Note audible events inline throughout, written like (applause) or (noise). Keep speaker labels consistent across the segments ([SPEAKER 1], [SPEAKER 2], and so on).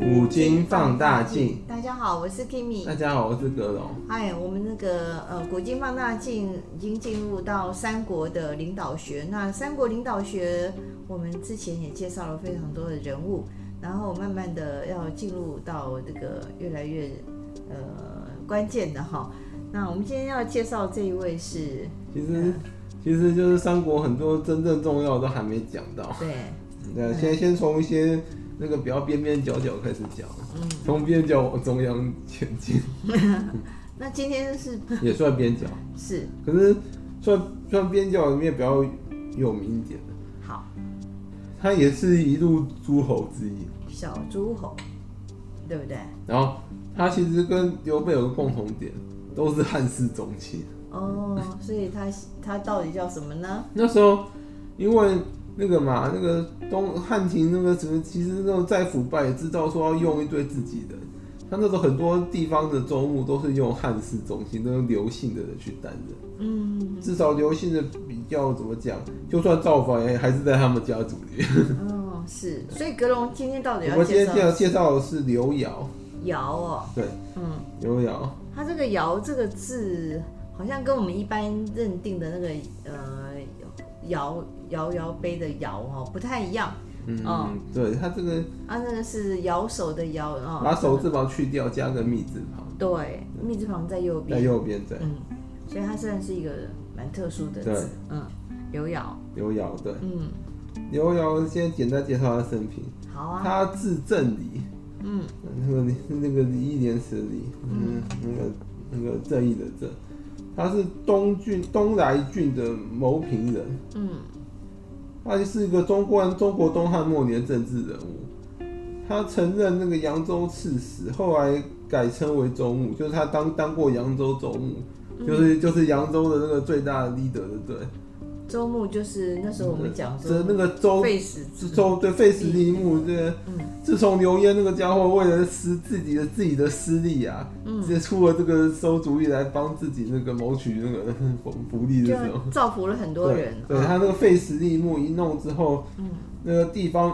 [SPEAKER 1] 五金放大镜。
[SPEAKER 2] 大家好，我是 Kimi
[SPEAKER 1] 大。家好，我是葛龙。
[SPEAKER 2] 哎，我们那个呃，古今放大镜已经进入到三国的领导学。那三国领导学，我们之前也介绍了非常多的人物，然后慢慢的要进入到这个越来越呃关键的哈。那我们今天要介绍这一位是，呃
[SPEAKER 1] 其实，其实就是三国很多真正重要的都还没讲到。
[SPEAKER 2] 对，
[SPEAKER 1] 那先先从一些那个比较边边角角开始讲，从边角往中央前进， (laughs)
[SPEAKER 2] 那今天是
[SPEAKER 1] 也算边角，
[SPEAKER 2] 是
[SPEAKER 1] 可是算算边角里面比较有名一点的，
[SPEAKER 2] 好
[SPEAKER 1] 他也是一路诸侯之一。
[SPEAKER 2] 小诸侯，对不对？
[SPEAKER 1] 然后他其实跟刘备有个共同点，都是汉室宗亲。
[SPEAKER 2] 哦，所以他他到底叫什么呢？
[SPEAKER 1] 那时候因为那个嘛，那个东汉廷那个什么，其实那种再腐败也知道说要用一堆自己的。他那时候很多地方的州牧都是用汉室中心，那种刘姓的人去担任。
[SPEAKER 2] 嗯
[SPEAKER 1] 至少刘姓的比较怎么讲，就算造反也还是在他们家族里。
[SPEAKER 2] 哦，是，所以格隆今天到底
[SPEAKER 1] 我
[SPEAKER 2] 要
[SPEAKER 1] 们今
[SPEAKER 2] 介
[SPEAKER 1] 天
[SPEAKER 2] 绍
[SPEAKER 1] 要介绍的是刘尧，
[SPEAKER 2] 尧哦，
[SPEAKER 1] 对，
[SPEAKER 2] 嗯，
[SPEAKER 1] 刘尧，
[SPEAKER 2] 他这个尧这个字好像跟我们一般认定的那个呃尧尧尧杯的尧哦不太一样
[SPEAKER 1] 嗯，
[SPEAKER 2] 哦
[SPEAKER 1] 对他这个
[SPEAKER 2] 啊，那个是摇手的摇哦，
[SPEAKER 1] 把手字旁去掉，加个密字旁，
[SPEAKER 2] 对，密字旁在右
[SPEAKER 1] 在
[SPEAKER 2] 边，
[SPEAKER 1] 右边，对，
[SPEAKER 2] 嗯，所以它算是一个蛮特殊的
[SPEAKER 1] 对
[SPEAKER 2] 字，嗯，刘尧，
[SPEAKER 1] 刘尧，对，
[SPEAKER 2] 嗯，
[SPEAKER 1] 刘尧先简单介绍他生平。
[SPEAKER 2] 好啊，
[SPEAKER 1] 他字正理，
[SPEAKER 2] 嗯，
[SPEAKER 1] 那个那个礼义廉耻的礼，嗯，那个那个正义的正，他是东郡东莱郡的牟平人，
[SPEAKER 2] 嗯，
[SPEAKER 1] 他是一个中国人，中国东汉末年的政治人物。他曾任那个扬州刺史，后来改称为州牧，就是他当当过扬州州牧，
[SPEAKER 2] 嗯
[SPEAKER 1] 就是就是扬州的那个最大的 leader 的对。
[SPEAKER 2] 周牧就是那时候我们讲
[SPEAKER 1] 这
[SPEAKER 2] 说
[SPEAKER 1] 那个州
[SPEAKER 2] 废死之
[SPEAKER 1] 是周对费斯利姆这个
[SPEAKER 2] 嗯，
[SPEAKER 1] 自从刘焉那个家伙为了私自己的自己的私利啊，
[SPEAKER 2] 嗯
[SPEAKER 1] 直接出了这个馊主意来帮自己那个谋取那个 (laughs) 福福利
[SPEAKER 2] 就
[SPEAKER 1] 的时候，
[SPEAKER 2] 造福了很多人，
[SPEAKER 1] 对，对
[SPEAKER 2] 嗯
[SPEAKER 1] 他那个费斯利姆一弄之后，那个地方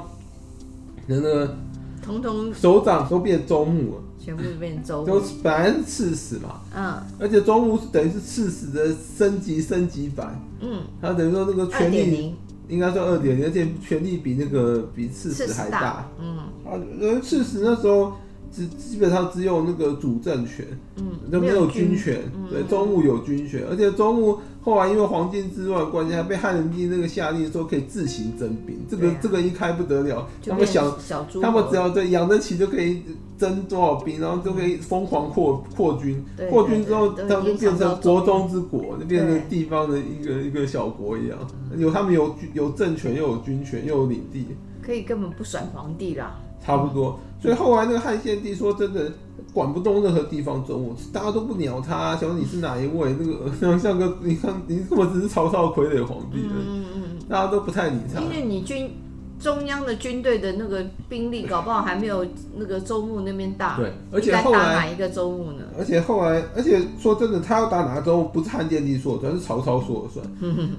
[SPEAKER 1] 的那个
[SPEAKER 2] 统统
[SPEAKER 1] 首长都变州牧了，
[SPEAKER 2] 全部变周
[SPEAKER 1] 都
[SPEAKER 2] 牧，
[SPEAKER 1] 本来是刺史嘛，
[SPEAKER 2] 嗯
[SPEAKER 1] 而且州牧是等于是刺史的升级升级版，
[SPEAKER 2] 嗯，
[SPEAKER 1] 他等于说那个
[SPEAKER 2] 二
[SPEAKER 1] 权
[SPEAKER 2] 点
[SPEAKER 1] 力
[SPEAKER 2] 零
[SPEAKER 1] 应该说二点零，而且权力比那个比刺史还大。，
[SPEAKER 2] 嗯
[SPEAKER 1] 啊，呃，事实那时候只基本上只有那个主政权，
[SPEAKER 2] 嗯，
[SPEAKER 1] 那没有军
[SPEAKER 2] 权，
[SPEAKER 1] 权。
[SPEAKER 2] 嗯
[SPEAKER 1] 对，周牧有军权，而且周牧后来因为黄巾之乱的关系，还被汉灵帝那个下令说可以自行征兵。这个、
[SPEAKER 2] 对啊
[SPEAKER 1] 这个一开不得了，
[SPEAKER 2] 就
[SPEAKER 1] 他们
[SPEAKER 2] 变
[SPEAKER 1] 想。
[SPEAKER 2] 小猪，
[SPEAKER 1] 他们只要对养得起就可以征多少兵，然后就可以疯狂扩扩军，
[SPEAKER 2] 嗯对
[SPEAKER 1] 扩军之后，
[SPEAKER 2] 对
[SPEAKER 1] 他
[SPEAKER 2] 对
[SPEAKER 1] 们就变成国中之国，就变
[SPEAKER 2] 对嗯
[SPEAKER 1] 成地方的一个一个小国一样。有他们有军有政权，又有军权，又有领地，
[SPEAKER 2] 可以根本不甩皇帝啦，
[SPEAKER 1] 差不多。所以后来那个汉献帝说真的管不动任何地方总务，大家都不鸟他。啊想说你是哪一位？那个 (laughs) 像像个你看你根本只是曹操傀儡皇帝而已，
[SPEAKER 2] 嗯嗯
[SPEAKER 1] 大家都不太理他
[SPEAKER 2] 嗯，。因为你军中央的军队的那个兵力，搞不好还没有那个周牧那边大，
[SPEAKER 1] 对，而且
[SPEAKER 2] 你在
[SPEAKER 1] 后
[SPEAKER 2] 打
[SPEAKER 1] 来，
[SPEAKER 2] 哪一个周牧呢？ (laughs)
[SPEAKER 1] 而且后来，而且说真的，他要打哪个州不是汉献帝说了算，是曹操说了算，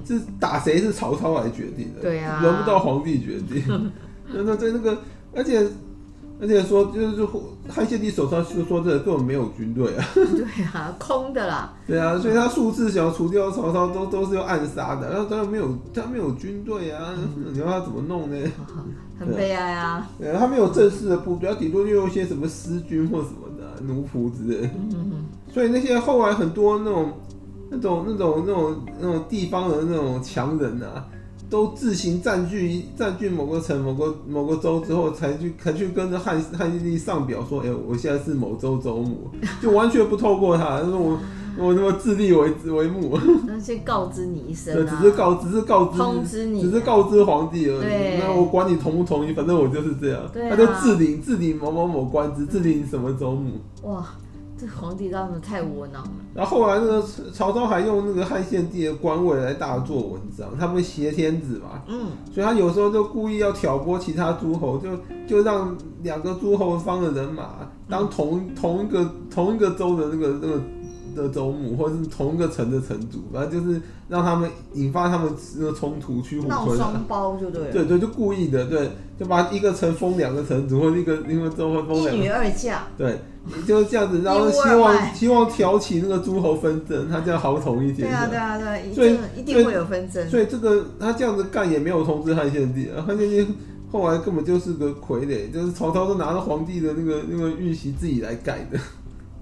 [SPEAKER 1] 是打谁是曹操来决定的，
[SPEAKER 2] 嗯对啊
[SPEAKER 1] 轮不到皇帝决
[SPEAKER 2] (laughs)
[SPEAKER 1] 定。那那对那个，而且而且说就是汉献帝手上是说这根本没有军队啊。
[SPEAKER 2] 对啊，空的啦，
[SPEAKER 1] 对啊，所以他数次想要除掉曹操都都是用暗杀的，然后他没有他没有军队啊，你要他怎么弄呢？ (laughs)
[SPEAKER 2] 很悲哀啊，
[SPEAKER 1] 对啊，他没有正式的部队，他顶多就用一些什么私军或什么的啊、奴仆之类的。
[SPEAKER 2] 嗯
[SPEAKER 1] 所以那些后来很多那种那种那种那种那种地方的那种强人啊，都自行占据占据某个城、某个某个州之后，才去才去跟着汉汉献帝上表说，哎、我现在是某州州牧，就完全不透过他，就是我我那么自立为为啊牧，
[SPEAKER 2] 嗯那先告知你一
[SPEAKER 1] 对，
[SPEAKER 2] 声
[SPEAKER 1] 只
[SPEAKER 2] 啊，
[SPEAKER 1] 是告只是告知
[SPEAKER 2] 通知你，啊
[SPEAKER 1] 只是告知皇帝而
[SPEAKER 2] 对
[SPEAKER 1] 已。那我管你同不同意，反正我就是这样。
[SPEAKER 2] 对
[SPEAKER 1] 他
[SPEAKER 2] 啊
[SPEAKER 1] 就置领置领某某某官职，置领什么州牧。
[SPEAKER 2] 哇，这皇帝当的太窝囊了。
[SPEAKER 1] 然后后来那个曹操还用那个汉献帝的官位来大做文章，他们挟天子嘛，
[SPEAKER 2] 嗯，
[SPEAKER 1] 所以他有时候就故意要挑拨其他诸侯，就就让两个诸侯方的人马当同同一个同一个州的那个那个的州牧，或者是同一个城的城主，反正就是让他们引发他们那个冲突，去互
[SPEAKER 2] 闹
[SPEAKER 1] 推啊。
[SPEAKER 2] 双胞就对了，
[SPEAKER 1] 对对，就故意的，对，就把一个城封两个城主，或者一个一个州会封
[SPEAKER 2] 一
[SPEAKER 1] 两
[SPEAKER 2] 女
[SPEAKER 1] 个，
[SPEAKER 2] 二嫁，
[SPEAKER 1] 对， (laughs) 就是这样子，然后
[SPEAKER 2] 一屋二
[SPEAKER 1] 希
[SPEAKER 2] 卖
[SPEAKER 1] 望希望挑起那个诸侯纷争，他这样好统一
[SPEAKER 2] 对
[SPEAKER 1] 点。
[SPEAKER 2] 啊对啊对啊，一
[SPEAKER 1] 所以
[SPEAKER 2] 定一定会有纷争，
[SPEAKER 1] 所以这个他这样子干也没有通知汉献帝啊，汉献帝后来根本就是个傀儡，就是曹操都拿着皇帝的那个那个玉玺自己来盖的，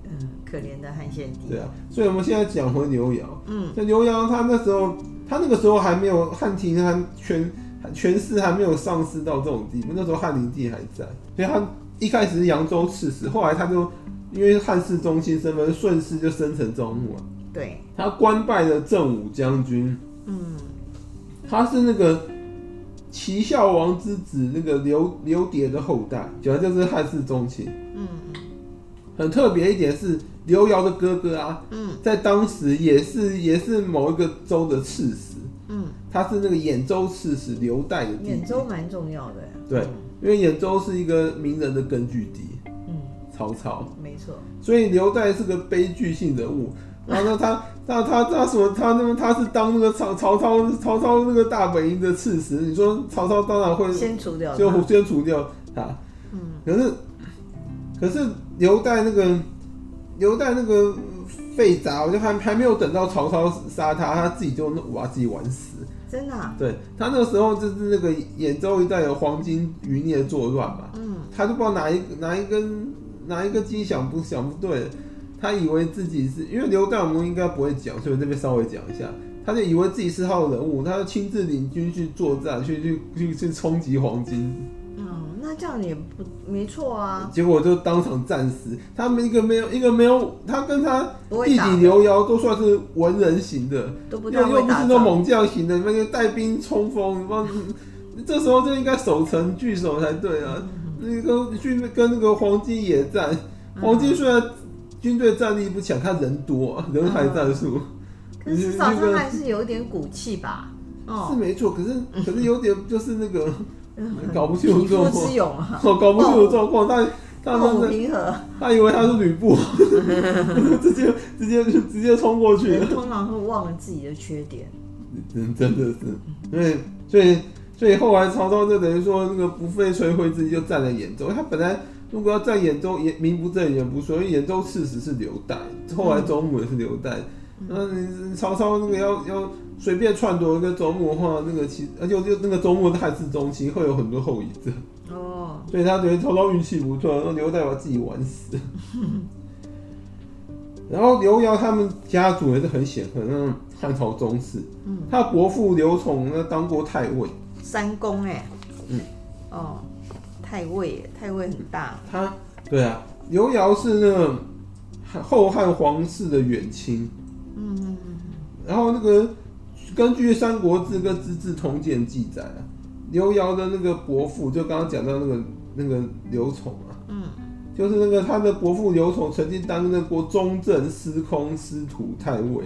[SPEAKER 2] 嗯，可怜的汉献帝
[SPEAKER 1] 对，啊。所以我们现在讲回刘繇，
[SPEAKER 2] 嗯，
[SPEAKER 1] 那刘繇他那时候他那个时候还没有汉廷还权权势还没有丧失到这种地步，那时候汉灵帝还在，所以他一开始是扬州刺史，后来他就因为汉室中心身份，顺势就升成招募啊，
[SPEAKER 2] 对，
[SPEAKER 1] 他官拜了正武将军。
[SPEAKER 2] 嗯，
[SPEAKER 1] 他是那个齐孝王之子，那个刘刘蝶的后代，主要就是汉室宗亲。
[SPEAKER 2] 嗯
[SPEAKER 1] 很特别一点是，刘繇的哥哥啊，
[SPEAKER 2] 嗯
[SPEAKER 1] 在当时也是也是某一个州的刺史，
[SPEAKER 2] 嗯，
[SPEAKER 1] 他是那个兖州刺史刘岱的弟
[SPEAKER 2] 兖
[SPEAKER 1] 弟。
[SPEAKER 2] 州蛮重要的，
[SPEAKER 1] 对，因为兖州是一个名人的根据地，
[SPEAKER 2] 嗯，
[SPEAKER 1] 曹操，
[SPEAKER 2] 没错，
[SPEAKER 1] 所以刘岱是个悲剧性人物。然后呢，他他他他什么？他那么他是当那个曹曹操曹操那个大本营的刺史，你说曹操当然会
[SPEAKER 2] 先除掉
[SPEAKER 1] 就
[SPEAKER 2] 他，
[SPEAKER 1] 先除掉他。
[SPEAKER 2] 嗯，
[SPEAKER 1] 可是可是刘岱那个刘岱那个废渣，我就还还没有等到曹操杀他，他自己就弄把自己玩死。
[SPEAKER 2] 真的啊，
[SPEAKER 1] 对他那个时候就是那个兖州一带有黄巾余孽作乱嘛，
[SPEAKER 2] 嗯
[SPEAKER 1] 他就不知道哪一哪一根哪一个机想不想不对，他以为自己是因为刘岱我们应该不会讲，所以这边稍微讲一下。他就以为自己是号人物，他就亲自领军去作战，去去去去冲击黄巾
[SPEAKER 2] 嗯，那这样也不没错啊，
[SPEAKER 1] 结果就当场战死。他们一个没有，一个没有，他跟他
[SPEAKER 2] 不会
[SPEAKER 1] 弟
[SPEAKER 2] 打
[SPEAKER 1] 弟刘繇都算是文人型的，
[SPEAKER 2] 都不
[SPEAKER 1] 又
[SPEAKER 2] 太
[SPEAKER 1] 又
[SPEAKER 2] 会
[SPEAKER 1] 不是
[SPEAKER 2] 打
[SPEAKER 1] 那种
[SPEAKER 2] 仗，
[SPEAKER 1] 猛将型的，那个带兵冲锋， (laughs) 帮这时候就应该守城据守才对啊。那个去跟那个黄巾野战，黄巾虽然军队战力不强，他人多 (laughs) 啊，人海战术、
[SPEAKER 2] 可是至少他还是有一点骨气吧，
[SPEAKER 1] 是
[SPEAKER 2] 哦，
[SPEAKER 1] 没错，可是可是有点就是那个 (laughs) 搞不清楚
[SPEAKER 2] 匹夫
[SPEAKER 1] 状
[SPEAKER 2] 之
[SPEAKER 1] 况，
[SPEAKER 2] 勇
[SPEAKER 1] (laughs)
[SPEAKER 2] 啊，
[SPEAKER 1] 哦搞不清楚状况，他他
[SPEAKER 2] 抱
[SPEAKER 1] 们
[SPEAKER 2] 虎
[SPEAKER 1] 的。
[SPEAKER 2] 平和。
[SPEAKER 1] 他以为他是吕布， (laughs) 直接直接就直接冲过去
[SPEAKER 2] 人，通常会忘了自己的缺点。
[SPEAKER 1] 真真的是，因为所以所以后来曹操就等于说那个不费吹灰之力就占了兖州，他本来如果要占兖州，也名不正言不顺，因为兖州刺史是刘岱，后来州牧也是刘岱，那你曹操那个要要随便篡夺一个州牧的话，那个其而且就那个州牧太是中心，会有很多后遗症。
[SPEAKER 2] 哦，
[SPEAKER 1] 所以他觉得曹操运气不错，然后刘岱把自己玩死。 (laughs) 然后刘繇他们家族也是很显赫，那种汉朝宗室。
[SPEAKER 2] 嗯，
[SPEAKER 1] 他伯父刘琮呢当过太尉，
[SPEAKER 2] 三公哎，
[SPEAKER 1] 嗯，
[SPEAKER 2] 哦，太尉，太尉很大，
[SPEAKER 1] 他对啊，刘繇是那个汉后汉皇室的远亲。
[SPEAKER 2] 嗯，
[SPEAKER 1] 然后那个根据《三国志》跟《资治通鉴》记载啊，刘繇的那个伯父，就刚刚讲到那个那个刘琮啊，
[SPEAKER 2] 嗯，
[SPEAKER 1] 就是那个他的伯父刘琮曾经担任过中正司空、司徒、太尉。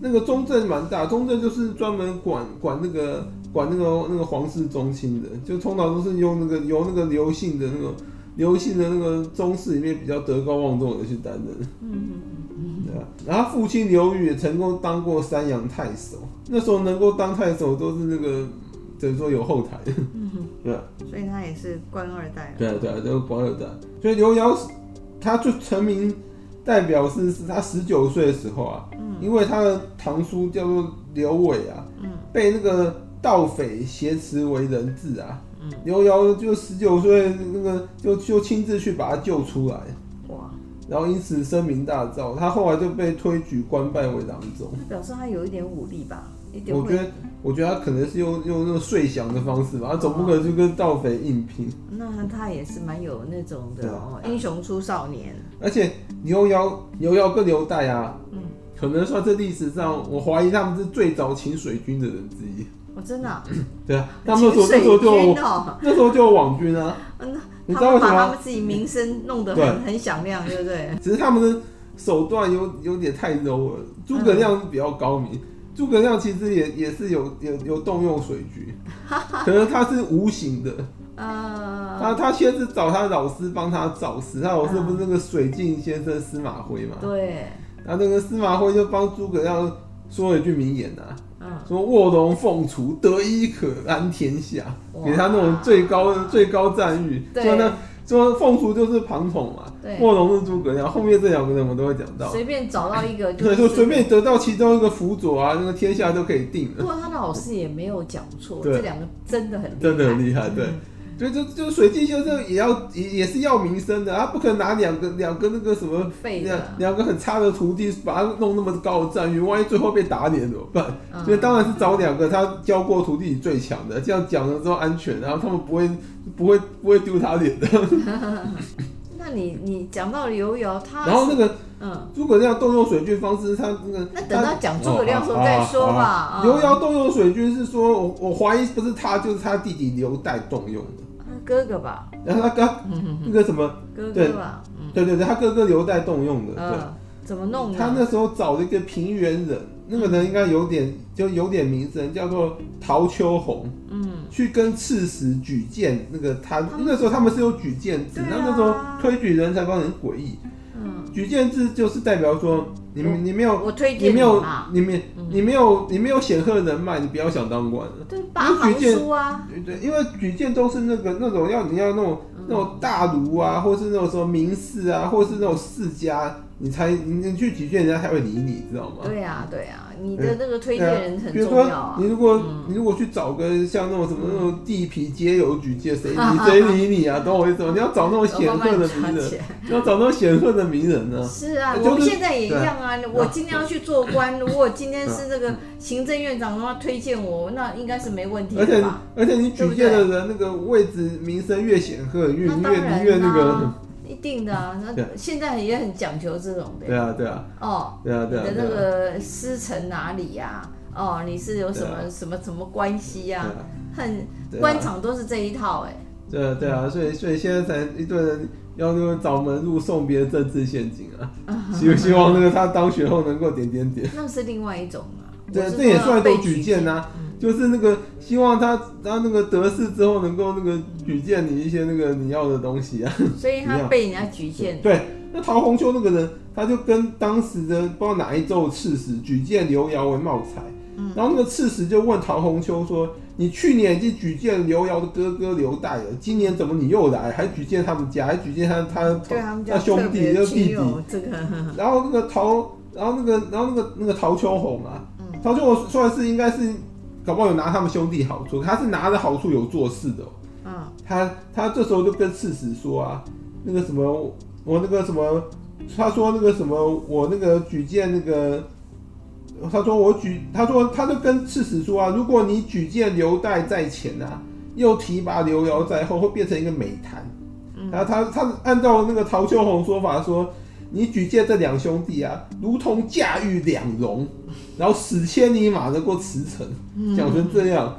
[SPEAKER 1] 那个中正蛮大，中正就是专门管管那个管那个那个皇室宗亲的，就通常都是用那个由那个刘姓的那个刘姓的那个宗室里面比较德高望重的人去担任。对啊，然后父亲刘裕也曾经当过山阳太守，那时候能够当太守都是那个等于说有后台，对啊，
[SPEAKER 2] 所以他也是官二代。
[SPEAKER 1] 对啊，对啊，都是官二代。所以刘繇他就成名代表是是他十九岁的时候啊，因为他的堂叔叫做刘伟啊，被那个盗匪挟持为人质啊，刘繇就十九岁那个就就亲自去把他救出来。
[SPEAKER 2] 哇，
[SPEAKER 1] 然后因此声名大噪，他后来就被推举官拜为郎中。
[SPEAKER 2] 这表示他有一点武力吧，一点
[SPEAKER 1] 我觉
[SPEAKER 2] 会。
[SPEAKER 1] 得，我觉得他可能是用用那种睡降的方式吧，他总不可能就跟盗匪硬拼。
[SPEAKER 2] 嗯那他也是蛮有那种的
[SPEAKER 1] 对
[SPEAKER 2] 哦，英雄出少年。
[SPEAKER 1] 而且刘繇、刘繇跟刘岱啊，
[SPEAKER 2] 嗯
[SPEAKER 1] 可能算是历史上，我怀疑他们是最早请水军的人之一。
[SPEAKER 2] 我真的啊，
[SPEAKER 1] 对啊，他们那时候那
[SPEAKER 2] 水
[SPEAKER 1] 时候就
[SPEAKER 2] 军
[SPEAKER 1] 有
[SPEAKER 2] 哦，
[SPEAKER 1] 那时候就有网军啊，
[SPEAKER 2] 嗯，
[SPEAKER 1] 你
[SPEAKER 2] 他
[SPEAKER 1] 知道为什
[SPEAKER 2] 们把
[SPEAKER 1] 么
[SPEAKER 2] 他
[SPEAKER 1] 吗？
[SPEAKER 2] 们自己名声弄得
[SPEAKER 1] 对
[SPEAKER 2] 很很响亮，对不对？
[SPEAKER 1] 只是他们的手段有有点太 low 了，诸
[SPEAKER 2] 嗯
[SPEAKER 1] 葛亮比较高明。诸葛亮其实也也是有有有动用水军，
[SPEAKER 2] (laughs)
[SPEAKER 1] 可能他是无形的，
[SPEAKER 2] 呃，
[SPEAKER 1] 他他先是找他老师帮他找死，他老师不是那个水镜先生司马徽嘛？
[SPEAKER 2] 对，
[SPEAKER 1] 然后那个司马徽就帮诸葛亮说了一句名言啊，
[SPEAKER 2] 嗯，
[SPEAKER 1] 说卧龙凤雏，得一可安天下，
[SPEAKER 2] 哇
[SPEAKER 1] 给他那种最高的最高赞誉。
[SPEAKER 2] 对
[SPEAKER 1] 说呢，说凤雏就是庞统嘛，
[SPEAKER 2] 对
[SPEAKER 1] 卧龙是诸葛亮，后面这两个人我们都会讲到。
[SPEAKER 2] 随便找到一个就
[SPEAKER 1] 对，
[SPEAKER 2] 是
[SPEAKER 1] 就随便得到其中一个辅佐啊，那个天下都可以定
[SPEAKER 2] 不
[SPEAKER 1] 了，
[SPEAKER 2] 过他的老师也没有讲错，
[SPEAKER 1] 对
[SPEAKER 2] 这两个真的很厉害
[SPEAKER 1] 真的很厉害。对，
[SPEAKER 2] 嗯
[SPEAKER 1] 所以就就水镜先生也要也也是要名声的，他不可能拿两个两个那个什么
[SPEAKER 2] 很废
[SPEAKER 1] 两
[SPEAKER 2] 的，
[SPEAKER 1] 两个很差的徒弟把他弄那么高的赞誉，万一最后被打脸怎么办？
[SPEAKER 2] 嗯
[SPEAKER 1] 所以当然是找两个他教过徒弟里最强的，这样讲了之后安全，然后他们不会不会不会丢他脸的。
[SPEAKER 2] 那你你讲到刘瑶，他
[SPEAKER 1] 然后那个
[SPEAKER 2] 嗯，
[SPEAKER 1] 诸葛亮动用水军方式，他那个
[SPEAKER 2] 那等到讲诸葛亮的时候再说吧。啊
[SPEAKER 1] 刘繇动用水军是说，我我怀疑不是他，就是他弟弟刘岱动用的。
[SPEAKER 2] 他哥哥吧，
[SPEAKER 1] 然后他刚那个什么，
[SPEAKER 2] 哥
[SPEAKER 1] 对
[SPEAKER 2] 哥吧，嗯
[SPEAKER 1] 对对对，他哥哥刘岱动用的，对。
[SPEAKER 2] 嗯，怎么弄
[SPEAKER 1] 他
[SPEAKER 2] 的？
[SPEAKER 1] 那时候找了一个平原人，那个人应该有点就有点名声，叫做陶秋红，
[SPEAKER 2] 嗯，
[SPEAKER 1] 去跟刺史举荐那个他
[SPEAKER 2] 他，们
[SPEAKER 1] 那时候他们是有举荐制，
[SPEAKER 2] 对啊
[SPEAKER 1] 那、那时候推举人才方很诡异。
[SPEAKER 2] 嗯，
[SPEAKER 1] 举荐制就是代表说，你们你没有
[SPEAKER 2] 我推
[SPEAKER 1] 你
[SPEAKER 2] 荐
[SPEAKER 1] 没有
[SPEAKER 2] 嘛，
[SPEAKER 1] 你没
[SPEAKER 2] 嗯
[SPEAKER 1] 你没有你没有显赫人脉，你不要想当官了。
[SPEAKER 2] 对，八行书啊，
[SPEAKER 1] 对对，因为举荐都是那个那种要你要那种
[SPEAKER 2] 嗯
[SPEAKER 1] 那种大儒啊，或是那种什么名士啊，或是那种世家，你才你你去举荐人家才会理你，知道吗？
[SPEAKER 2] 对啊，对啊，你的那个推荐人很
[SPEAKER 1] 比如
[SPEAKER 2] 重
[SPEAKER 1] 说
[SPEAKER 2] 要啊
[SPEAKER 1] 你。如果、
[SPEAKER 2] 嗯
[SPEAKER 1] 你如果去找个像那种什么那种地痞街友举荐，
[SPEAKER 2] (laughs)
[SPEAKER 1] 谁
[SPEAKER 2] 啊
[SPEAKER 1] 理
[SPEAKER 2] 啊
[SPEAKER 1] 谁理你啊？懂我意思吗？你要找那种显
[SPEAKER 2] 我
[SPEAKER 1] 赫
[SPEAKER 2] 慢
[SPEAKER 1] 的
[SPEAKER 2] 慢抓
[SPEAKER 1] 名人
[SPEAKER 2] 起，来。
[SPEAKER 1] 你要找那种显赫的名人呢、
[SPEAKER 2] 是啊，
[SPEAKER 1] 就是
[SPEAKER 2] 我们现在也一样啊。我今天要去做
[SPEAKER 1] (laughs)
[SPEAKER 2] 官，如果今天是那个行政院长的话推荐我，那应该是没问题
[SPEAKER 1] 而
[SPEAKER 2] 的
[SPEAKER 1] 且
[SPEAKER 2] 吧？
[SPEAKER 1] 而且你举荐的人那个位置名声越显赫，越
[SPEAKER 2] 那当
[SPEAKER 1] 越
[SPEAKER 2] 然
[SPEAKER 1] 越那个
[SPEAKER 2] 啦，一定的啊。
[SPEAKER 1] 对
[SPEAKER 2] 那现在也很讲究这种
[SPEAKER 1] (laughs) 对
[SPEAKER 2] 的
[SPEAKER 1] 啊对啊
[SPEAKER 2] 哦。
[SPEAKER 1] 对啊
[SPEAKER 2] 你
[SPEAKER 1] 对啊
[SPEAKER 2] 的
[SPEAKER 1] 对
[SPEAKER 2] 那
[SPEAKER 1] 啊。
[SPEAKER 2] 个师承哪里呀？哦，你是有什
[SPEAKER 1] 对
[SPEAKER 2] 么什么什么关系
[SPEAKER 1] 对
[SPEAKER 2] 呀？
[SPEAKER 1] 啊
[SPEAKER 2] 很
[SPEAKER 1] 对啊
[SPEAKER 2] 官场都是这一套哎。
[SPEAKER 1] 对啊，对啊，所以所以现在才一堆人要那个找门路送别的政治陷阱啊，
[SPEAKER 2] (laughs)
[SPEAKER 1] 希希望那个他当选后能够点点点。
[SPEAKER 2] 那是另外一种啊。我
[SPEAKER 1] 对，
[SPEAKER 2] 是
[SPEAKER 1] 这也
[SPEAKER 2] 说
[SPEAKER 1] 算一
[SPEAKER 2] 被嗯
[SPEAKER 1] 种举
[SPEAKER 2] (laughs)
[SPEAKER 1] 荐呐、就是那个希望他他那个得势之后能够那个举荐你一些那个你要的东西啊。
[SPEAKER 2] 举，所以
[SPEAKER 1] 一
[SPEAKER 2] 他
[SPEAKER 1] 样
[SPEAKER 2] 被人家举荐。
[SPEAKER 1] 对，那陶弘修那个人，他就跟当时的不知道哪一州刺史举荐刘繇为茂才，
[SPEAKER 2] 嗯
[SPEAKER 1] 然后那个刺史就问陶弘修说：“你去年已经举荐刘繇的哥哥刘岱了，今年怎么你又来，还举荐他们家，还举荐他他
[SPEAKER 2] 对他们
[SPEAKER 1] 他
[SPEAKER 2] 家特
[SPEAKER 1] 兄弟
[SPEAKER 2] 别
[SPEAKER 1] 就
[SPEAKER 2] 亲
[SPEAKER 1] 弟弟？
[SPEAKER 2] 友这个。 (laughs)
[SPEAKER 1] 然后那个陶，然后那个然后那个那个陶秋红啊，
[SPEAKER 2] 嗯
[SPEAKER 1] 陶秋红算是应该是搞不好有拿他们兄弟好处，他是拿着好处有做事的哦、
[SPEAKER 2] 嗯
[SPEAKER 1] 他他这时候就跟刺史说啊，那个什么，我那个什么，他说那个什么，我那个举荐那个，他说我举，他说他就跟刺史说啊，如果你举荐刘岱在前啊，又提拔刘繇在后，会变成一个美谈。然后他他按照那个陶秀红说法说，你举荐这两兄弟啊，如同驾驭两龙，然后使千里马能够驰骋，讲成这样。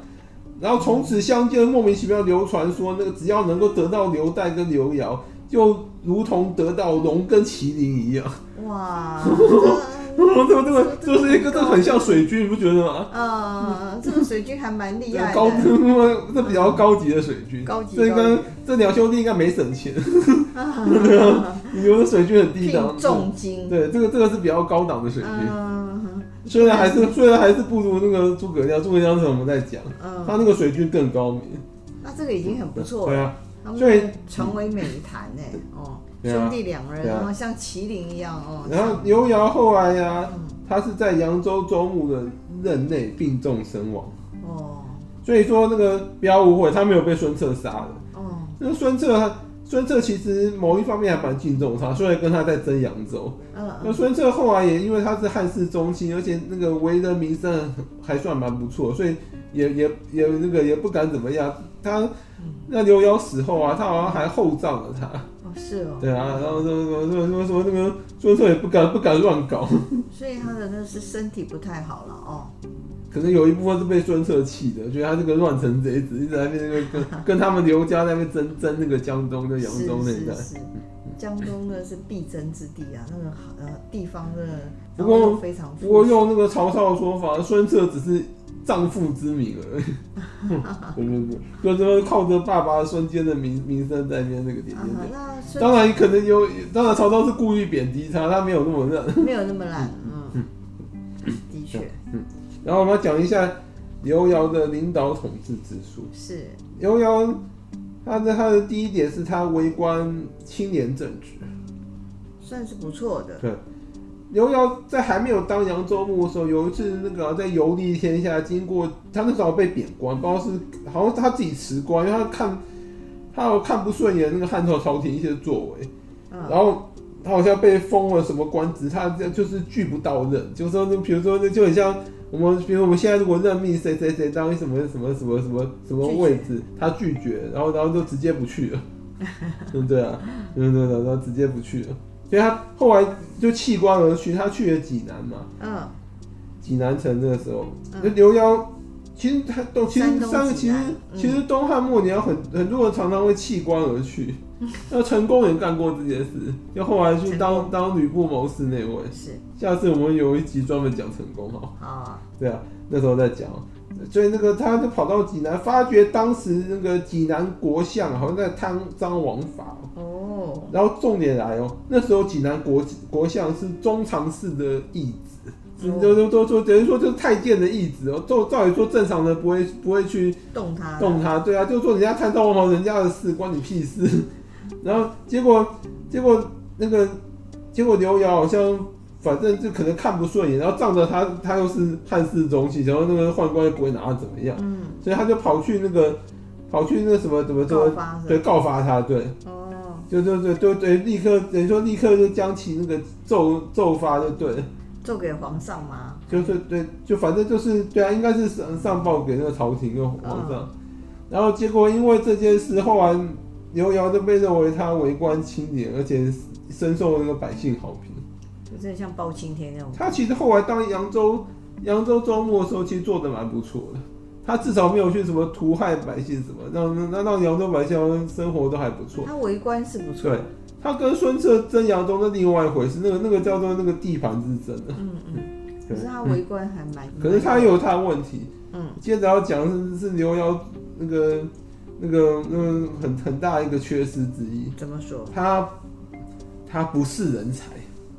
[SPEAKER 1] 然后从此相见，莫名其妙流传说，那个只要能够得到刘岱跟刘繇，就如同得到龙跟麒麟一 (laughs) 样。
[SPEAKER 2] 哇，
[SPEAKER 1] 这个这个就是一个，这个很像水军，你不觉得吗？
[SPEAKER 2] 呃，这个水军还蛮厉害
[SPEAKER 1] 高，
[SPEAKER 2] 的，
[SPEAKER 1] 这比较高级的水军。
[SPEAKER 2] 高级
[SPEAKER 1] 这
[SPEAKER 2] 高
[SPEAKER 1] 跟这两兄弟应该没省钱。 (laughs) 有的水军很低档
[SPEAKER 2] 聘，重金，
[SPEAKER 1] 对，这个这个是比较高档的水军。
[SPEAKER 2] 嗯
[SPEAKER 1] 虽然还是虽然还是不如那个诸葛亮，诸葛亮是我们在讲，他
[SPEAKER 2] 嗯，
[SPEAKER 1] 那个水军更高明。
[SPEAKER 2] 那这个已经很不错
[SPEAKER 1] 对
[SPEAKER 2] 了，
[SPEAKER 1] 啊，
[SPEAKER 2] 他们
[SPEAKER 1] 所以
[SPEAKER 2] 成为美谈哎，哦，
[SPEAKER 1] 对啊
[SPEAKER 2] 兄弟两人
[SPEAKER 1] 对啊
[SPEAKER 2] 哦，像麒麟一样哦，
[SPEAKER 1] 然后刘繇后来呀、
[SPEAKER 2] 嗯
[SPEAKER 1] 他是在扬州州牧的任内病重身亡。
[SPEAKER 2] 哦
[SPEAKER 1] 所以说那个不要误会，他没有被孙策杀的。
[SPEAKER 2] 哦，
[SPEAKER 1] 那个孙策，孙策其实某一方面还蛮敬重他，虽然跟他在争扬州。那
[SPEAKER 2] 嗯
[SPEAKER 1] 孙策后来也因为他是汉室宗亲，而且那个为人名声还算蛮不错，所以也也也那个也不敢怎么样。他
[SPEAKER 2] 嗯
[SPEAKER 1] 那刘繇死后啊，他好像还厚葬了他。
[SPEAKER 2] 哦是哦，
[SPEAKER 1] 对啊，然后什么什么什么什么那个孙策也不敢不敢乱搞，
[SPEAKER 2] 所以他的那是身体不太好了哦，
[SPEAKER 1] 可能有一部分是被孙策气的，觉得他这个乱臣贼子，一直在那边那个
[SPEAKER 2] (laughs)
[SPEAKER 1] 跟跟他们刘家在那边争争那个江东跟扬
[SPEAKER 2] 是
[SPEAKER 1] 州那一带
[SPEAKER 2] 是。是，江东呢是必争之地啊，那个好呃地方的，
[SPEAKER 1] 不过
[SPEAKER 2] 然后又非常
[SPEAKER 1] 不过
[SPEAKER 2] 富庶
[SPEAKER 1] 用那个曹操的说法，孙策只是丈夫之名了。
[SPEAKER 2] (laughs)
[SPEAKER 1] 不不不，就是说靠着爸爸孙坚的名名声在那边那个点
[SPEAKER 2] 啊
[SPEAKER 1] 点点。，
[SPEAKER 2] 那孙
[SPEAKER 1] 当然可能有，当然曹操是故意贬低他，他没有那么认。
[SPEAKER 2] 没有那么烂，嗯，的确
[SPEAKER 1] 然后我们要讲一下刘繇的领导统治之术。
[SPEAKER 2] 是，
[SPEAKER 1] 刘繇，他的他的第一点是他为官清廉正直。
[SPEAKER 2] 算是不错的，
[SPEAKER 1] 刘繇在还没有当扬州牧的时候，有一次那个在游历天下，经过他那时候被贬官，不知道是好像他自己辞官，因为他看他有看不顺眼那个汉朝朝廷一些作为，
[SPEAKER 2] 嗯，
[SPEAKER 1] 然后他好像被封了什么官职，他这样就是拒不到任，就是说那比如说那就很像我们，比如我们现在如果任命谁谁谁当什么什么什么什么什么位置，他拒绝，然后然后就直接不去了， (laughs) 嗯对啊，嗯对对，然后直接不去了，所以他后来就弃官而去，他去了济南嘛，
[SPEAKER 2] 嗯，
[SPEAKER 1] 济南城那个时候，
[SPEAKER 2] 嗯
[SPEAKER 1] 那刘繇。其实他都其实
[SPEAKER 2] 山东
[SPEAKER 1] 三个
[SPEAKER 2] 济
[SPEAKER 1] 其实
[SPEAKER 2] 南嗯
[SPEAKER 1] 其实东汉末年很很多人常常会弃官而去，
[SPEAKER 2] (laughs)
[SPEAKER 1] 那陈宫也干过这件事，就后来去当当吕布谋士那位。
[SPEAKER 2] 是，
[SPEAKER 1] 下次我们有一集专门讲成功哈，
[SPEAKER 2] 好啊，
[SPEAKER 1] 对啊，那时候在讲，所以那个他就跑到济南，发觉当时那个济南国相好像在贪赃枉法，
[SPEAKER 2] 哦，
[SPEAKER 1] 然后重点来哦，那时候济南国国相是中常侍的义子，是
[SPEAKER 2] 哦
[SPEAKER 1] 就就就就等于说就是太监的义子哦，照照理说正常人不会不会去
[SPEAKER 2] 动他，
[SPEAKER 1] 动他，对啊，就说人家贪赃枉法，人家的事关你屁事。然后结果结果那个结果刘瑶好像反正就可能看不顺眼，然后仗着他他又是汉室宗亲，然后那个宦官又不会拿他怎么样，
[SPEAKER 2] 嗯，
[SPEAKER 1] 所以他就跑去那个跑去那什么怎么怎
[SPEAKER 2] 告
[SPEAKER 1] 么
[SPEAKER 2] 发
[SPEAKER 1] 对
[SPEAKER 2] 是吧，
[SPEAKER 1] 告发他，对，
[SPEAKER 2] 哦，
[SPEAKER 1] 就就对对对，立刻等于说立刻就将其那个奏奏发就对了，
[SPEAKER 2] 做给皇上吗？
[SPEAKER 1] 就是对，就反正就是对啊，应该是上上报给那个朝廷跟皇上，然后结果因为这件事，后来刘繇就被认为他为官清廉，而且深受那个百姓好评。
[SPEAKER 2] 就真的像包青天那种，
[SPEAKER 1] 他其实后来当扬州扬州州牧的时候，其实做的蛮不错的，他至少没有去什么屠害百姓什么，让让让扬州百姓好像生活都还不错。
[SPEAKER 2] 他为官是不错，
[SPEAKER 1] 对，他跟孙策争扬州那另外一回事，那个那个叫做那个地盘之争啊。
[SPEAKER 2] 嗯嗯，可
[SPEAKER 1] 对
[SPEAKER 2] 是他为官还蛮，
[SPEAKER 1] 可是他有他的问题。
[SPEAKER 2] 嗯，
[SPEAKER 1] 接着要讲的是是刘瑶那个那个那个很很大一个缺失之一，
[SPEAKER 2] 怎么说？
[SPEAKER 1] 他他不是人才，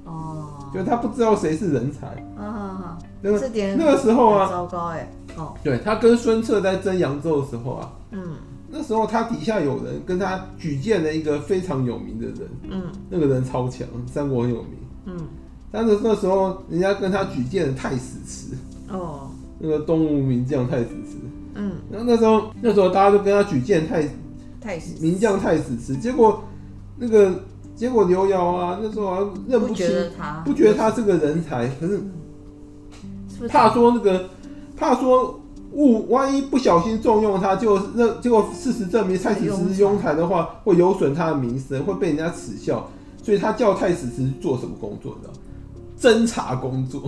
[SPEAKER 2] 哦，
[SPEAKER 1] 就他不知道谁是人才。
[SPEAKER 2] 啊好好，
[SPEAKER 1] 那个
[SPEAKER 2] 这点
[SPEAKER 1] 那个时候
[SPEAKER 2] 很
[SPEAKER 1] 啊，
[SPEAKER 2] 糟糕哎，哦，
[SPEAKER 1] 对他跟孙策在争扬州的时候啊，
[SPEAKER 2] 嗯
[SPEAKER 1] 那时候他底下有人跟他举荐了一个非常有名的人，
[SPEAKER 2] 嗯
[SPEAKER 1] 那个人超强，三国很有名。
[SPEAKER 2] 嗯，
[SPEAKER 1] 但是那时候人家跟他举荐的太史慈，
[SPEAKER 2] 哦，
[SPEAKER 1] 那个东吴名将太史慈。
[SPEAKER 2] 嗯，
[SPEAKER 1] 然后那时候那时候大家都跟他举荐太
[SPEAKER 2] 太史
[SPEAKER 1] 名将太史慈，结果那个结果刘瑶啊，那时候好像认
[SPEAKER 2] 不觉
[SPEAKER 1] 清，
[SPEAKER 2] 得啊他
[SPEAKER 1] 不觉得他是个人才，可是
[SPEAKER 2] 是不是
[SPEAKER 1] 怕说那个怕说误，万一不小心重用他，就认结果事实证明太史慈是庸才的话，会有损他的名声，会被人家耻笑，所以他叫太史慈做什么工作，你知道吗？侦查工作，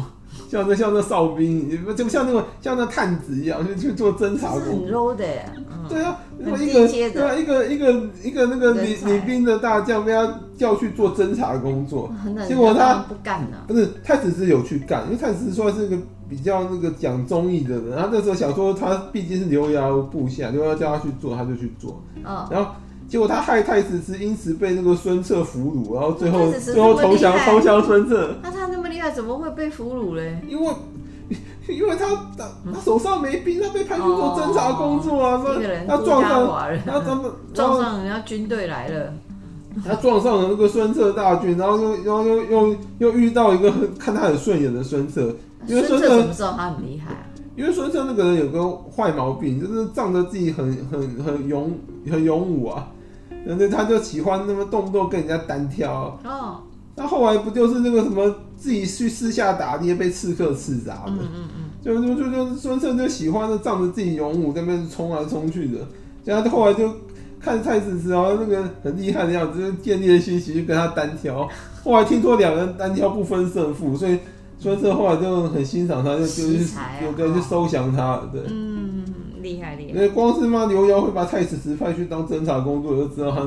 [SPEAKER 1] 像那像那哨兵，就像那个像那探子一样，就去做侦
[SPEAKER 2] 这
[SPEAKER 1] 查
[SPEAKER 2] 是
[SPEAKER 1] 工作
[SPEAKER 2] 很。low 的耶，嗯， (laughs)
[SPEAKER 1] 对啊，
[SPEAKER 2] 很
[SPEAKER 1] 那么一
[SPEAKER 2] 低
[SPEAKER 1] 个
[SPEAKER 2] 阶
[SPEAKER 1] 对
[SPEAKER 2] 的
[SPEAKER 1] 啊，一个一个一个那个
[SPEAKER 2] 人
[SPEAKER 1] 领
[SPEAKER 2] 才
[SPEAKER 1] 领兵的大将被他叫去做侦查工作，
[SPEAKER 2] 很冷，
[SPEAKER 1] 结果他
[SPEAKER 2] 不干了，
[SPEAKER 1] 不是太子是有去干，因为太子算是个比较那个讲忠义的人，他那时候想说他毕竟是刘繇部下，刘繇叫他去做他就去做，
[SPEAKER 2] 嗯，
[SPEAKER 1] 然后。结果他害太子是因此被那个孙策俘虏，然后最后
[SPEAKER 2] 太子是
[SPEAKER 1] 最后
[SPEAKER 2] 这么
[SPEAKER 1] 投降
[SPEAKER 2] 厉害
[SPEAKER 1] 投降孙策，
[SPEAKER 2] 那他那么厉害，怎么会被俘虏嘞？
[SPEAKER 1] 因为因为他他他手上没兵，他被派去做侦查工作啊，
[SPEAKER 2] 这个人
[SPEAKER 1] 他
[SPEAKER 2] 孤
[SPEAKER 1] 撞
[SPEAKER 2] 家啊
[SPEAKER 1] 上
[SPEAKER 2] 寡人，
[SPEAKER 1] 他怎么
[SPEAKER 2] (laughs) 撞上人家军队来了，
[SPEAKER 1] 他撞上了那个孙策大军，然后又然后又又又遇到一个很看他很顺眼的孙策，因为
[SPEAKER 2] 孙
[SPEAKER 1] 孙
[SPEAKER 2] 策
[SPEAKER 1] 策
[SPEAKER 2] 怎么知道他很厉害啊？
[SPEAKER 1] 因为孙策那个人有个坏毛病，就是仗着自己很很很勇很勇武啊，然后他就喜欢那么动不动跟人家单挑啊、
[SPEAKER 2] 哦，
[SPEAKER 1] 那后来不就是那个什么自己去私下打猎被刺客刺杀的
[SPEAKER 2] 嗯，嗯嗯，
[SPEAKER 1] 就就就就孙策就喜欢就仗着自己勇武在那边冲来冲去的，所以他后来就看太子之后那个很厉害的样子，就建立了信心去跟他单挑。后来听说两人单挑不分胜负，所以孙策后来就很欣赏他，就就去
[SPEAKER 2] 奇才啊
[SPEAKER 1] 就就去收降他了。对，
[SPEAKER 2] 嗯，厉害厉
[SPEAKER 1] 因
[SPEAKER 2] 害，
[SPEAKER 1] 为光是妈刘瑶会把太子直派去当侦查工作，我就知道他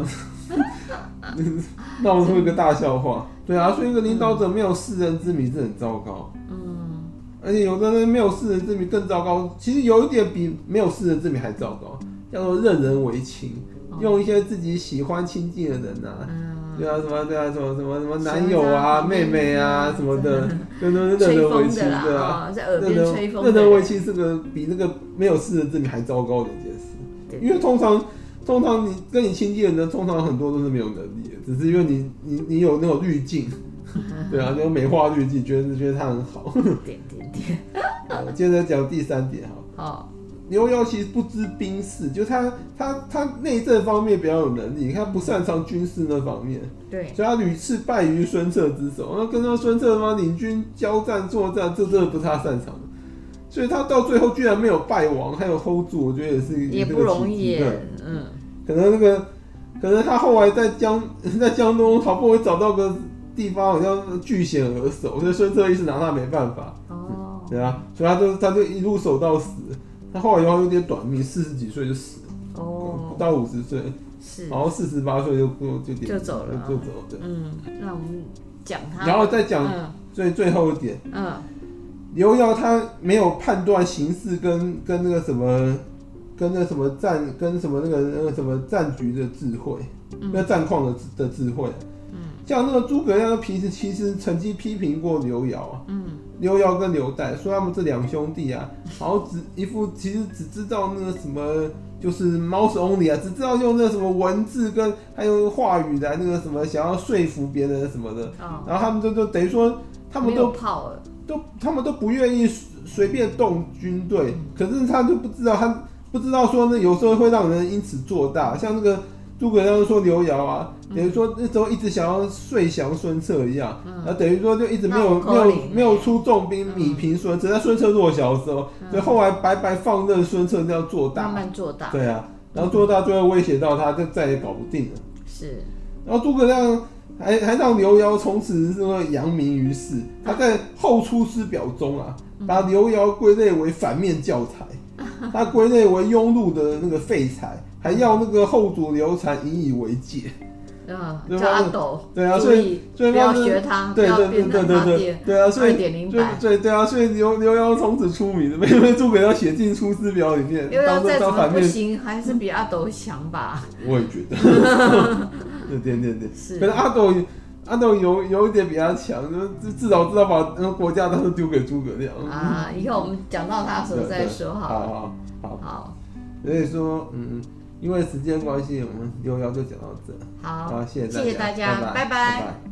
[SPEAKER 1] (laughs) 闹出一个大笑话。对啊，所以一个领导者没有世人之名是很糟糕。
[SPEAKER 2] 嗯，
[SPEAKER 1] 而且有的人没有世人之名更糟糕，其实有一点比没有世人之名还糟糕，叫做任人为情，用一些自己喜欢亲近的人啊，
[SPEAKER 2] 哦嗯，
[SPEAKER 1] 对啊，什么对啊，什么什么什么男友啊、
[SPEAKER 2] 什么
[SPEAKER 1] 妹妹啊什么
[SPEAKER 2] (laughs)
[SPEAKER 1] 的，对对对，任
[SPEAKER 2] 嗯吹
[SPEAKER 1] 人为
[SPEAKER 2] 风
[SPEAKER 1] 情，
[SPEAKER 2] 的啦，
[SPEAKER 1] 对啊，
[SPEAKER 2] 哦在耳
[SPEAKER 1] 任
[SPEAKER 2] 边
[SPEAKER 1] 人
[SPEAKER 2] 吹风
[SPEAKER 1] 任
[SPEAKER 2] 的
[SPEAKER 1] 人为
[SPEAKER 2] 人，
[SPEAKER 1] 情是个比那个没有世人之名还糟糕的一件事，
[SPEAKER 2] 对
[SPEAKER 1] 因为通常。通常你跟你亲近的人，通常很多都是没有能力的，只是因为你你你有那种滤镜，
[SPEAKER 2] (laughs)
[SPEAKER 1] 对啊，那种美化滤镜，觉得觉得他很好。
[SPEAKER 2] 点点点，
[SPEAKER 1] 我接着讲第三点哈，
[SPEAKER 2] 哦，
[SPEAKER 1] 刘瑶其实不知兵事，就他他他内政方面比较有能力，你看他不擅长军事那方面，
[SPEAKER 2] 对，
[SPEAKER 1] 所以他屡次败于孙策之手。那跟他孙策他妈领军交战作战，这真的不是他擅长的。所以他到最后居然没有败亡，还有 hold 住，我觉得也是
[SPEAKER 2] 也
[SPEAKER 1] 这
[SPEAKER 2] 不
[SPEAKER 1] 个
[SPEAKER 2] 容
[SPEAKER 1] 奇迹
[SPEAKER 2] 易
[SPEAKER 1] 对
[SPEAKER 2] 耶，嗯，
[SPEAKER 1] 可能那个，可能他后来在江在江东好不容易找到个地方，好像据险而守，所以孙策一直拿他没办法。
[SPEAKER 2] 哦，
[SPEAKER 1] 对啊，所以他就他就一路守到死。他后来然后有点短命，四十几岁就死了，不
[SPEAKER 2] 哦，
[SPEAKER 1] 到五十岁，
[SPEAKER 2] 是，
[SPEAKER 1] 然后四十八岁就就就点
[SPEAKER 2] 就走了
[SPEAKER 1] 就就走了。
[SPEAKER 2] 嗯，那我们讲他，
[SPEAKER 1] 然后再讲
[SPEAKER 2] 嗯
[SPEAKER 1] 最最后一点，
[SPEAKER 2] 嗯，
[SPEAKER 1] 刘耀他没有判断形势跟跟那个什么，跟那什么战跟什么那个那个什么战局的智慧，
[SPEAKER 2] 嗯
[SPEAKER 1] 那战况的的智慧。啊像那个诸葛亮，平时其实曾经批评过刘繇啊，
[SPEAKER 2] 嗯，
[SPEAKER 1] 刘繇跟刘岱说他们这两兄弟啊，然后只一副其实只知道那个什么，就是 mouse only 啊，只知道用那个什么文字跟还有话语来那个什么，想要说服别人什么的，
[SPEAKER 2] 哦，
[SPEAKER 1] 然后他们就就等于说他们
[SPEAKER 2] 没
[SPEAKER 1] 都
[SPEAKER 2] 有泡了，
[SPEAKER 1] 都他们都不愿意随随便动军
[SPEAKER 2] 嗯
[SPEAKER 1] 队，可是他就不知道，他不知道说呢，有时候会让人因此做大，像那个诸葛亮说刘繇啊，
[SPEAKER 2] 嗯
[SPEAKER 1] 等于说那时候一直想要睡降孙策一样，
[SPEAKER 2] 嗯
[SPEAKER 1] 然后等于说就一直没有
[SPEAKER 2] 那
[SPEAKER 1] 没
[SPEAKER 2] 我
[SPEAKER 1] 有
[SPEAKER 2] 扣你
[SPEAKER 1] 没有出重兵
[SPEAKER 2] 嗯
[SPEAKER 1] 米平孙策，在孙策弱小的时候，所以后来白白放任孙策这样做
[SPEAKER 2] 慢
[SPEAKER 1] 大，
[SPEAKER 2] 慢做大，
[SPEAKER 1] 对啊，然后做大最后威胁到他，就再也搞不定了。
[SPEAKER 2] 是，
[SPEAKER 1] 然后诸葛亮还还让刘繇从此这个扬名于世。他在《后出师表》中啊，
[SPEAKER 2] 嗯
[SPEAKER 1] 把刘繇归类为反面教材，他归类为庸碌的那个废材，还要那个后主刘禅引以为戒。对
[SPEAKER 2] 嗯，
[SPEAKER 1] 吧
[SPEAKER 2] 叫阿斗，
[SPEAKER 1] 对啊
[SPEAKER 2] 注意
[SPEAKER 1] 所以
[SPEAKER 2] 不
[SPEAKER 1] 他
[SPEAKER 2] 要
[SPEAKER 1] 是
[SPEAKER 2] 学他，啊不
[SPEAKER 1] 对
[SPEAKER 2] 要
[SPEAKER 1] 对对
[SPEAKER 2] 变
[SPEAKER 1] 对
[SPEAKER 2] 成
[SPEAKER 1] 对
[SPEAKER 2] 他
[SPEAKER 1] 对
[SPEAKER 2] 爹，
[SPEAKER 1] 对啊，所
[SPEAKER 2] 二
[SPEAKER 1] 以
[SPEAKER 2] 点零
[SPEAKER 1] 对
[SPEAKER 2] 版。
[SPEAKER 1] 对对啊，所以刘刘繇从此出名，被被诸葛亮写进《出师表》里面，
[SPEAKER 2] 又要
[SPEAKER 1] 当
[SPEAKER 2] 再怎
[SPEAKER 1] 当
[SPEAKER 2] 么
[SPEAKER 1] 反
[SPEAKER 2] 不
[SPEAKER 1] 面。
[SPEAKER 2] 行，还是比阿斗强吧？
[SPEAKER 1] 我也
[SPEAKER 2] (laughs)
[SPEAKER 1] 觉得，对对对对。
[SPEAKER 2] 是
[SPEAKER 1] 可是阿斗，阿斗有有一点比他强，就是至少知道把那个国家当时丢给诸葛亮。
[SPEAKER 2] 啊，以后我们讲到他的时候再说
[SPEAKER 1] 嗯好
[SPEAKER 2] 好了。
[SPEAKER 1] 好好。
[SPEAKER 2] 好，
[SPEAKER 1] 所以说，嗯，因为时间关系，我们六幺就讲到这。
[SPEAKER 2] 好，
[SPEAKER 1] 好，谢
[SPEAKER 2] 谢
[SPEAKER 1] 谢
[SPEAKER 2] 大家，
[SPEAKER 1] 拜
[SPEAKER 2] 拜拜
[SPEAKER 1] 拜